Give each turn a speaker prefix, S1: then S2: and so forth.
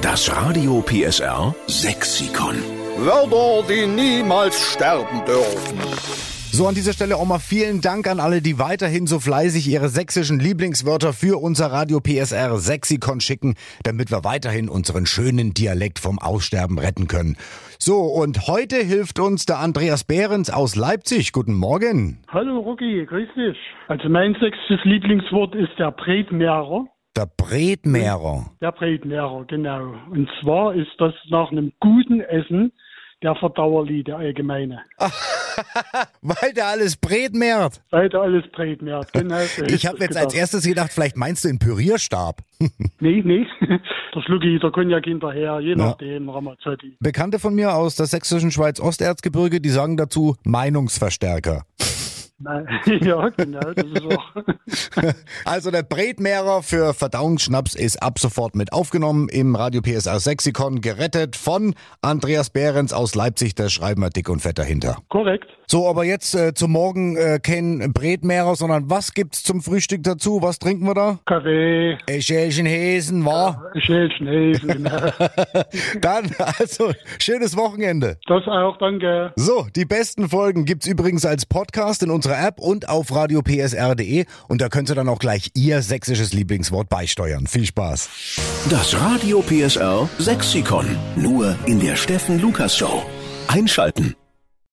S1: Das Radio PSR Sexikon.
S2: Wörter, die niemals sterben dürfen.
S3: So, an dieser Stelle auch mal vielen Dank an alle, die weiterhin so fleißig ihre sächsischen Lieblingswörter für unser Radio PSR Sexikon schicken, damit wir weiterhin unseren schönen Dialekt vom Aussterben retten können. So, und heute hilft uns der Andreas Behrens aus Leipzig. Guten Morgen.
S4: Hallo Rocky, grüß dich. Also mein sechstes Lieblingswort ist der Bretmehrer.
S3: Der Bretmehrer.
S4: Der Bretmehrer, genau. Und zwar ist das nach einem guten Essen der Verdauerli, der allgemeine.
S3: Weil der alles Bretmehrt.
S4: Weiter alles Bretmehrer, genau. so
S3: Ich
S4: ist
S3: habe
S4: das
S3: jetzt als
S4: gedacht.
S3: erstes gedacht, vielleicht meinst du einen Pürierstab.
S4: Nee, nee. Der Schlucki, der Cognac hinterher, je
S3: Ja.
S4: nachdem, Ramazzotti.
S3: Bekannte von mir aus der sächsischen Schweiz Osterzgebirge, die sagen dazu Meinungsverstärker.
S4: Nein. Ja, genau, das ist auch.
S3: Also der Bretmehrer für Verdauungsschnaps ist ab sofort mit aufgenommen im Radio PSR Sexikon, gerettet von Andreas Behrens aus Leipzig, da schreiben wir dick und fett dahinter.
S4: Korrekt.
S3: So, aber jetzt äh, zum Morgen äh, kein Bretmehrer, sondern was gibt's zum Frühstück dazu? Was trinken wir da?
S4: Kaffee,
S3: Ein Schälchen Häsen, wa?
S4: Schälchen, Häsen, genau.
S3: Dann, also, schönes Wochenende.
S4: Das auch, danke.
S3: So, die besten Folgen gibt's übrigens als Podcast in unserer App und auf radiopsr.de E. und da könnt ihr dann auch gleich ihr sächsisches Lieblingswort beisteuern. Viel Spaß.
S1: Das Radio PSR Sexikon. Nur in der Steffen Lukas Show. Einschalten.